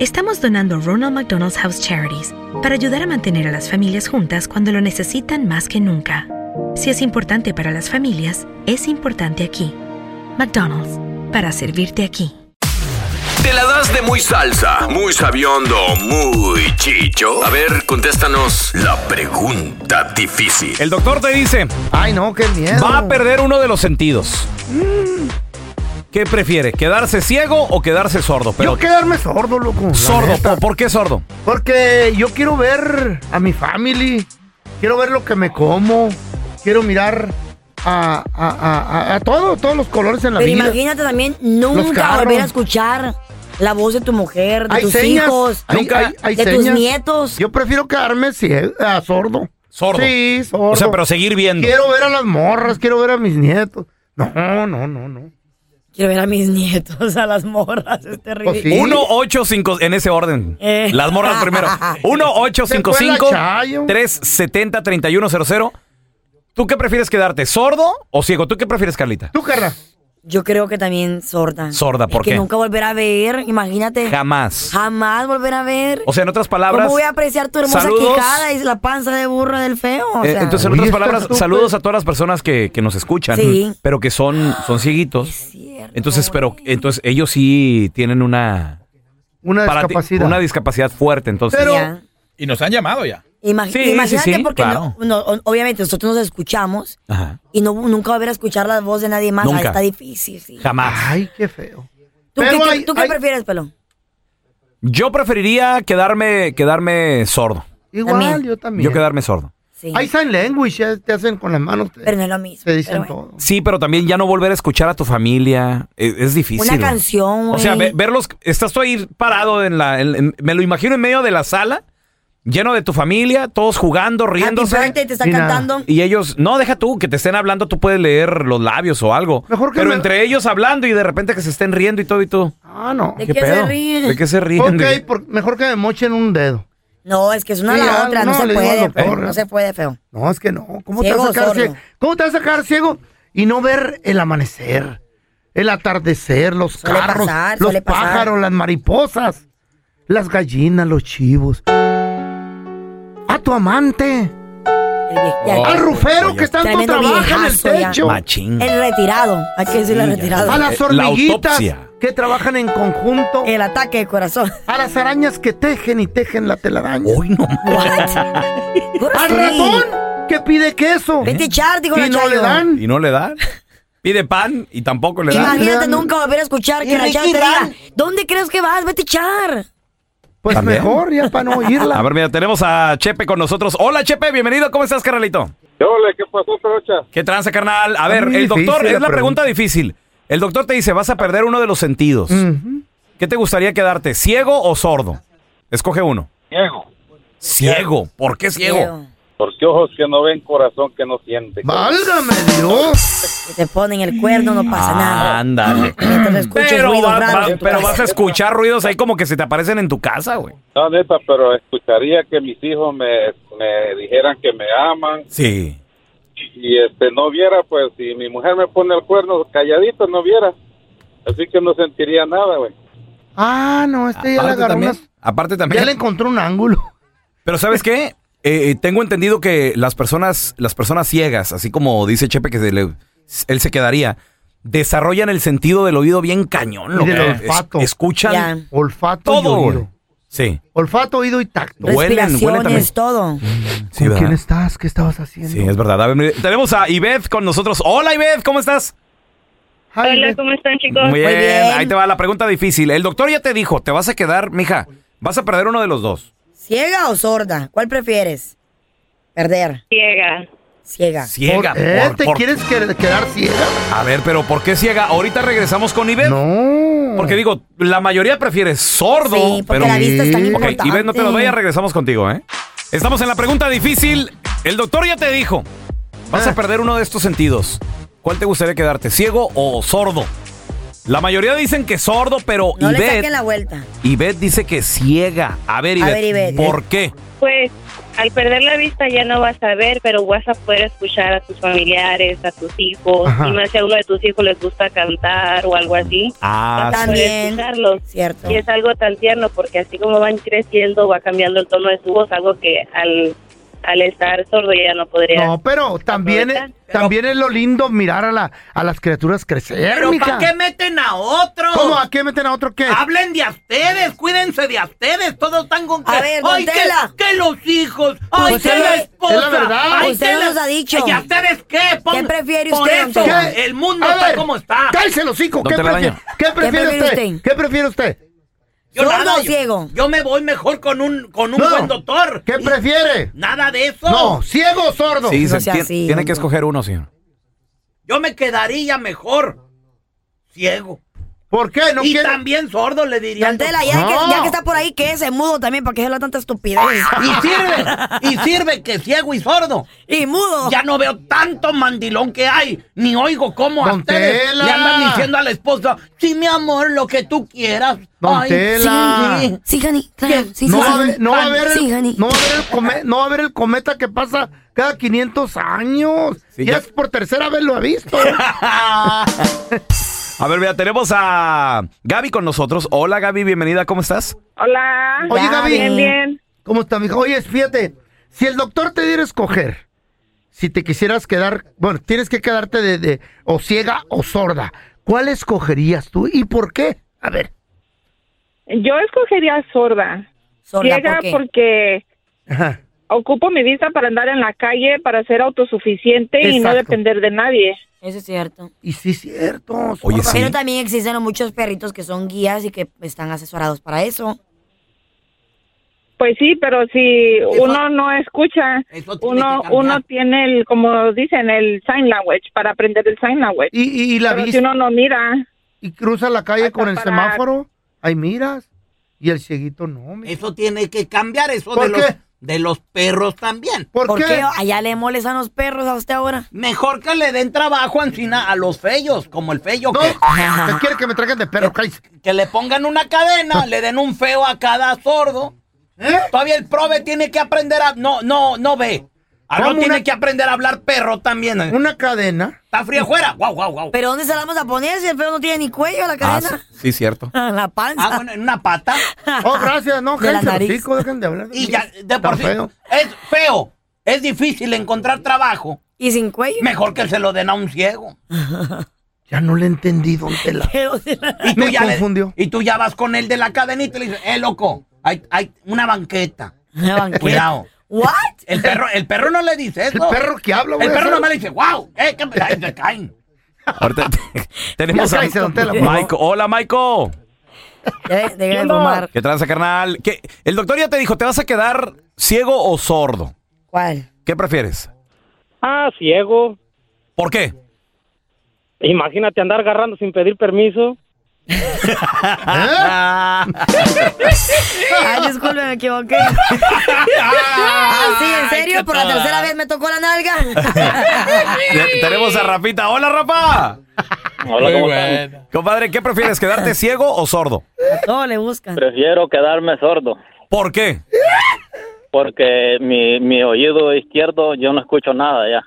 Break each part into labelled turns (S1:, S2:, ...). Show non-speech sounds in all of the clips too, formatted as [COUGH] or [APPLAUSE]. S1: Estamos donando Ronald McDonald's House Charities para ayudar a mantener a las familias juntas cuando lo necesitan más que nunca. Si es importante para las familias, es importante aquí. McDonald's, para servirte aquí.
S2: Te la das de muy salsa, muy sabiondo, muy chicho. A ver, contéstanos la pregunta difícil.
S3: El doctor te dice,
S4: Ay, no, qué miedo.
S3: va a perder uno de los sentidos.
S4: Mm.
S3: ¿Qué prefiere? ¿Quedarse ciego o quedarse sordo? Pero
S4: Yo quedarme sordo, loco. la
S3: sordo,
S4: neta.
S3: ¿por, por qué sordo?
S4: Porque yo quiero ver a mi family. Quiero ver lo que me como. Quiero mirar a, a, a- a- a todo, todos los colores en la
S5: Pero
S4: vida.
S5: imagínate también
S4: Los
S5: nunca
S4: carros.
S5: volver a escuchar la voz de tu mujer, de
S4: Hay
S5: tus
S4: señas.
S5: hijos,
S4: hay-
S3: Nunca-
S4: hay- hay
S5: de tus
S4: señas.
S5: nietos.
S4: Yo prefiero quedarme cie- a sordo.
S3: Sordo.
S4: Sí, sordo.
S3: O sea, pero seguir viendo.
S4: Quiero ver a las morras, quiero ver a mis nietos. No, no, no, no.
S5: Quiero ver a mis nietos, a las morras, es terrible.
S4: Pues sí.
S3: 1-8-5, en ese orden.
S5: Eh.
S3: Las
S5: [LAUGHS]
S3: morras primero.
S4: Se fue la Chayo.
S3: 1-855-370-3100. ¿Tú qué prefieres quedarte, sordo o ciego? ¿Tú qué prefieres, Carlita?
S4: Tú, Carla.
S5: Yo creo que también sorda.
S3: Sorda, ¿por
S5: Es que
S3: qué?
S5: nunca volver a ver, imagínate.
S3: Jamás.
S5: Jamás volver a ver.
S3: O sea, en otras palabras.
S5: ¿Cómo voy a apreciar tu hermosa
S3: saludos.
S5: quijada y la panza de burro del feo? O
S3: Eh,
S5: sea,
S3: entonces, en
S4: Oye,
S3: otras
S4: está
S3: palabras,
S4: súper.
S3: saludos a todas las personas que, que nos escuchan,
S5: Sí.
S3: pero que son, son cieguitos.
S5: cierto,
S3: Entonces, pero entonces ellos sí tienen una,
S4: Una
S3: para ti-
S4: discapacidad.
S3: una discapacidad fuerte. Entonces,
S4: Pero-
S5: ya.
S6: Y nos han llamado ya.
S5: Imag-
S3: Sí, sí,
S5: imagínate
S3: sí,
S5: porque
S3: claro.
S5: no- no, o- obviamente nosotros nos escuchamos
S3: Ajá.
S5: y no, nunca volver a escuchar la voz de nadie más. Ah,
S3: Nunca.
S5: está difícil, sí.
S3: jamás.
S4: Ay, qué feo.
S5: ¿Tú,
S4: Pero
S5: qué, qué-
S4: hay-
S5: tú qué
S4: hay-
S5: prefieres, Pelón?
S3: Yo preferiría quedarme, quedarme sordo.
S4: Igual,
S5: También.
S4: yo también.
S3: Yo quedarme sordo.
S5: Sí.
S4: Hay sign language, ya te hacen con las manos. Te,
S5: pero no es lo mismo.
S4: te dicen
S5: pero bueno.
S4: todo.
S3: Sí, pero también ya no volver a escuchar a tu familia e- es, difícil.
S5: Una
S3: güey.
S5: canción, eh.
S3: O sea, ve-
S5: güey.
S3: verlos, estás tú ahí parado en la, en- en- me lo imagino en medio de la sala, lleno de tu familia, todos jugando,
S5: Happy
S3: riéndose.
S5: birthday, te están
S4: Ni nada.
S5: cantando.
S3: Y ellos, no, deja tú, que te estén hablando, tú puedes leer los labios o algo.
S4: Mejor que
S3: Pero
S4: me-
S3: entre ellos hablando y de repente que se estén riendo y todo y todo.
S4: Ah, no.
S5: ¿De qué se ríen?
S3: ¿De qué se ríen?
S4: Ok, por- mejor que me mochen un dedo.
S5: No, es que es una
S4: Sí,
S5: a la
S4: ah,
S5: otra,
S4: no,
S5: no, se
S4: le digo
S5: puede.
S4: al doctor,
S5: no
S4: ¿eh?
S5: se puede, feo.
S4: No, es que no. ¿Cómo te
S5: Ciego
S4: vas a quedar
S5: sordo.
S4: ciego? ¿Cómo te vas a quedar ciego y no ver el amanecer, el atardecer, los
S5: Suele
S4: carros,
S5: pasar,
S4: los
S5: suele pasar.
S4: pájaros, las mariposas, las gallinas, los chivos? A tu amante,
S5: El, viejo-
S3: Oh.
S5: ya-
S4: al rufero que tanto
S5: Tremendo
S4: trabaja en el
S5: viejazo ya.
S4: techo,
S3: Machín.
S5: el retirado. Hay que decirle el retirado.
S4: a las
S3: eh, La
S4: hormiguitas
S3: autopsia.
S4: que trabajan en conjunto,
S5: El ataque de
S4: [LAUGHS]
S5: corazón.
S4: a las arañas que tejen y tejen la telaraña,
S3: Uy, no.
S4: al
S5: Sí.
S4: ratón que pide queso
S5: Vete a echar, digo la
S4: y no
S5: Chayo.
S4: le dan.
S3: Y no le dan. Pide pan y tampoco le dan.
S5: Imagínate
S4: dan-
S5: nunca volver a escuchar
S4: Y
S5: que la
S4: Ricky
S5: Chayo te diga,
S4: Dan.
S5: ¿dónde crees que vas? Vete a echar.
S4: Pues
S3: También.
S4: mejor ya para no oírla.
S3: [LAUGHS] A ver, mira, tenemos a Chepe con nosotros. Hola, Chepe, bienvenido. ¿Cómo estás, carnalito?
S7: Hola, ¿qué pasó, Perocha?
S3: ¿Qué tranza, carnal? A ver,
S4: muy
S3: el
S4: difícil
S3: doctor,
S4: la
S3: es la pregunta
S4: pregunta.
S3: difícil. El doctor te dice, vas a perder uno de los sentidos.
S4: Ujú.
S3: ¿Qué te gustaría quedarte, ciego o sordo? Escoge uno.
S7: Diego.
S3: Ciego. ¿Por qué ciego?
S5: Ciego.
S7: Porque ojos que no ven, corazón que no siente.
S4: ¡Válgame Dios!
S5: Si te ponen el cuerno, no pasa
S3: Ah,
S5: nada.
S3: Ándale.
S5: Mientras escuches
S3: Pero,
S5: ruidos
S3: va-
S5: raros
S3: va-
S5: en tu
S3: pero
S5: casa.
S3: vas a escuchar ruidos ahí como que se te aparecen en tu casa, güey.
S7: No, neta, pero escucharía que mis hijos me, me dijeran que me aman
S3: Sí.
S7: y este no viera, pues si mi mujer me pone el cuerno calladito, no viera. Así que no sentiría nada, güey.
S4: Ah, no, este ya le
S3: Aparte
S4: agarró
S3: también.
S4: unas-
S3: Aparte
S4: Ya le
S3: también.
S4: encontró un ángulo.
S3: Pero ¿sabes qué? Eh, eh, tengo entendido que las personas, las personas ciegas, así como dice Chepe que se le- él se quedaría, desarrollan el sentido del oído bien cañón.
S4: Y del
S3: loco.
S4: olfato.
S3: escuchan
S5: Ya.
S4: Olfato
S3: todo.
S4: y
S3: güey.
S4: oído.
S3: Sí.
S4: Olfato, oído y tacto.
S3: Huelen, huelen
S5: Respiraciones,
S3: también.
S5: todo.
S3: Sí,
S4: ¿Con
S3: ¿verdad?
S4: quién estás? ¿Qué estabas haciendo?
S3: Sí, es verdad. A ver, tenemos a Ivette con nosotros. Hola, Ivette, ¿cómo estás?
S4: Ay,
S6: Hola,
S4: ve-
S6: ¿cómo están, chicos?
S3: Muy bien.
S5: bien.
S3: Ahí te va la pregunta difícil. El doctor ya te dijo, te vas a quedar, mija, vas a perder uno de los dos.
S5: ¿Ciega o sorda? ¿Cuál prefieres? Perder.
S6: Ciega.
S5: Ciega.
S3: Ciega.
S4: ¿Por- eh,
S3: por-
S4: ¿Te
S3: por-
S4: quieres que- quedar ciega?
S3: A ver, pero ¿por qué ciega? Ahorita regresamos con Ivette.
S4: No.
S3: Porque digo, la mayoría prefiere sordo.
S5: Sí, porque
S3: pero...
S5: la vista es tan
S3: Ok,
S5: importante.
S3: Ivette, no te nos vayas, regresamos contigo, ¿eh? Estamos en la pregunta difícil. El doctor ya te dijo, vas
S4: Ah.
S3: a perder uno de estos sentidos. ¿Cuál te gustaría quedarte, ciego o sordo? La mayoría dicen que sordo, pero
S5: No le
S3: Ivette,
S5: saquen la vuelta.
S3: Ivette dice que ciega. A ver,
S5: A
S3: Ivette,
S5: ver, Ivette.
S3: ¿por qué?
S6: Pues al perder la vista ya no vas a ver, pero vas a poder escuchar a tus familiares, a tus hijos,
S4: Ajá.
S6: y más si a uno de tus hijos les gusta cantar o algo así.
S3: Ah,
S6: vas a
S3: sí.
S6: poder
S5: También.
S6: escucharlos.
S5: Cierto.
S6: Y es algo tan tierno porque así como van creciendo, va cambiando el tono de su voz, algo que al, al estar sordo ya no podría.
S4: No, pero también, es- también es lo lindo mirar a, la, a las criaturas crecer, mija.
S8: meten a otros?
S4: ¿Cómo? ¿A qué meten a otro qué?
S8: Hablen de a ustedes, cuídense de a ustedes, todos están con que,
S5: A ver, don
S8: ay, que,
S5: Tela.
S8: que los hijos, ay,
S5: Pues
S8: que
S5: es la-
S8: la esposa,
S4: es la verdad.
S8: ay,
S5: Usted
S8: que
S5: nos
S8: la-
S5: ha dicho.
S8: ¿Y a ustedes qué? Pon-
S5: ¿Qué prefiere
S8: Por
S5: usted,
S8: eso,
S5: don Tela?
S4: ¿Qué?
S8: el mundo
S4: A
S8: está
S4: ver,
S8: como está.
S4: Cállese el hocico.
S3: Don
S4: ¿Qué,
S3: Telaraño.
S4: prefiere, ¿Qué prefiere
S5: prefiere
S4: usted?
S5: usted?
S4: ¿Qué prefiere usted?
S5: ¿Sordo
S8: yo-
S5: o ciego?
S8: Yo me voy mejor con un, con un
S4: No.
S8: buen doctor.
S4: ¿Qué prefiere?
S8: Nada de eso.
S4: No, ciego o sordo.
S3: Sí,
S5: No
S3: se-
S5: sea
S3: tien-
S5: así,
S3: tiene,
S5: hombre.
S3: que escoger uno, señor.
S8: Yo me quedaría mejor ciego.
S4: ¿Por qué? No
S8: y
S4: quiere.
S8: también sordo le diría. al
S5: Don Tela, ya,
S4: No.
S5: que, ya que está por ahí, que es mudo también, para que se la tanta estupidez.
S8: Y sirve, Eh, y sirve que ciego y sordo.
S5: y mudo.
S8: Ya no veo tanto mandilón que hay, ni oigo cómo a
S4: Don
S8: ustedes
S4: Tela.
S8: le andan diciendo a la esposa, sí, mi amor, lo que tú quieras.
S4: Don
S8: Ay,
S4: Tela.
S8: sí,
S5: Sí, honey, claro.
S8: ¿Qué?
S5: Sí,
S4: No
S5: sí,
S4: va, a
S5: sí.
S4: haber, no, va a haber el,
S5: Sí, honey.
S4: no va a haber el come- no va a haber el cometa que pasa cada 500 años.
S3: Sí,
S4: ya
S3: ya-
S4: es por tercera vez lo ha
S5: [LAUGHS]
S4: visto.
S3: A ver, vea, tenemos a Gaby con nosotros. Hola, Gaby, bienvenida, ¿cómo estás?
S6: Hola.
S4: Oye,
S5: Ya,
S4: Gaby.
S5: bien,
S6: bien.
S4: ¿Cómo está, mija? Oye, fíjate, si el doctor te diera a escoger, si te quisieras quedar, bueno, tienes que quedarte de, de- o ciega o sorda, ¿cuál escogerías tú y por qué? A ver.
S6: Yo escogería sorda.
S5: Sorda, ¿por qué?
S6: porque
S4: Ajá.
S6: ocupo mi vista para andar en la calle, para ser autosuficiente
S4: y no Exacto. depender
S6: de nadie.
S5: Eso es cierto.
S4: Y sí, es cierto.
S3: Oye,
S4: sorda.
S3: sí.
S5: Pero también existen muchos perritos que son guías y que están asesorados para eso.
S6: Pues sí, pero si
S8: fa-
S6: uno no escucha,
S8: Eso tiene
S6: uno
S8: que cambiar.
S6: uno tiene el, como dicen, el sign language para aprender el sign language.
S4: Y, y- y la
S6: Pero si
S4: vista,
S6: uno no mira,
S4: y cruza la calle
S6: Hasta
S4: con el
S6: para-
S4: semáforo, ahí miras, y el cieguito no,
S3: Eh,
S4: mija.
S8: Eso tiene que cambiar, eso
S4: ¿Por
S8: de los,
S4: qué?
S8: de los perros también.
S4: ¿Por,
S5: ¿Por
S4: qué?
S5: qué allá le molestan los perros a usted ahora?
S8: Mejor que le den trabajo Ancina a los feos, como el feo
S4: No,
S8: que,
S4: te quiere que me traigan de perro, cállese.
S8: que le pongan una cadena, le den un feo a cada sordo.
S4: ¿Eh?
S8: Todavía el prove tiene que aprender a... No, no, no ve. Ahora
S4: ¿Cómo
S8: tiene
S4: una-
S8: que aprender a hablar perro también. eh.
S4: Una cadena.
S8: Está fría afuera. Guau, guau, guau.
S5: ¿Pero dónde se la vamos a poner si el perro no tiene ni cuello la cadena?
S3: Ah, sí, cierto.
S5: [LAUGHS] la panza.
S8: Ah, bueno, en una pata.
S4: Oh, gracias, no,
S5: De la
S4: cállense
S5: nariz.
S4: los chicos, dejen de hablar.
S8: Y ya, de
S4: Está
S8: por sí.
S4: feo.
S8: Es feo. Es difícil encontrar trabajo.
S5: ¿Y sin cuello?
S8: Mejor que se lo den a un ciego.
S4: Ya no le entendí, don Tela.
S5: [LAUGHS] Pero si la-
S8: Y tú
S4: Me
S8: ya le-
S4: confundió.
S8: y tú ya vas con el de la cadenita y le dices, eh, loco, hay, hay una banqueta.
S5: Una banqueta.
S8: Cuidado.
S5: ¿What?
S8: El perro, el perro no le dice eso.
S4: El perro que habla, güey.
S8: El perro
S4: ¿sabes?
S8: nomás le dice, wow, eh, que me ay, se caen.
S3: Ahorita
S8: [LAUGHS]
S3: te- tenemos
S4: Ya
S3: a
S4: cállese, don Tela, pues, por
S3: Michael. Hola, Michael.
S5: Ya de- Deja de fumar.
S3: ¿Qué tranza, carnal? ¿Qué- El doctor ya te dijo, ¿te vas a quedar ciego o sordo?
S8: [LAUGHS]
S5: ¿Cuál?
S3: ¿Qué prefieres?
S7: Ah, ciego.
S3: ¿Por qué?
S7: Imagínate andar agarrando sin pedir permiso.
S8: Ah.
S3: [LAUGHS]
S5: Ay, disculpe,
S8: [LAUGHS]
S5: me equivoqué. Ah, sí, en serio,
S3: qué
S5: por la
S3: tonta.
S5: tercera vez me tocó la nalga.
S8: [LAUGHS]
S5: [LAUGHS]
S3: Te- Tenemos a Rapita. ¡Hola, Rapa!
S9: Ah, Hola, ¿cómo están?
S3: Compadre, ¿qué prefieres, quedarte ciego o sordo?
S5: A todo le buscan.
S9: Prefiero quedarme sordo.
S3: ¿Por qué?
S9: Porque mi, mi oído izquierdo yo no escucho nada ya.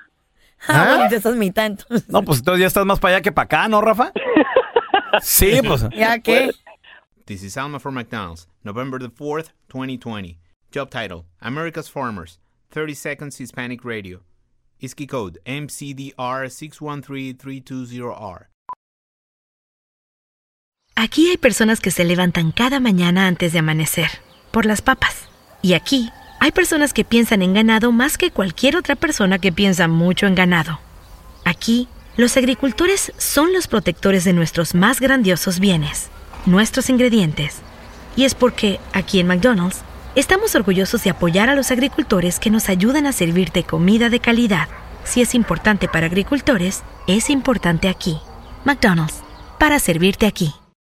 S5: Ah, bueno, esa es mitad, entonces.
S3: No, pues entonces ya estás más para allá que para acá, ¿no, Rafa? Sí, pues.
S5: [LAUGHS] ¿Ya qué?
S10: This is Alma from McDonald's, November the 4th, 2020. Job title America's Farmers, 30 Seconds Hispanic Radio. ISKI code MCDR613320R.
S1: Aquí hay personas que se levantan cada mañana antes de amanecer, por las papas. Y aquí hay personas que piensan en ganado más que cualquier otra persona que piensa mucho en ganado. Aquí, los agricultores son los protectores de nuestros más grandiosos bienes, nuestros ingredientes. Y es porque, aquí en McDonald's, estamos orgullosos de apoyar a los agricultores que nos ayudan a servirte comida de calidad. Si es importante para agricultores, es importante aquí. McDonald's, para servirte aquí.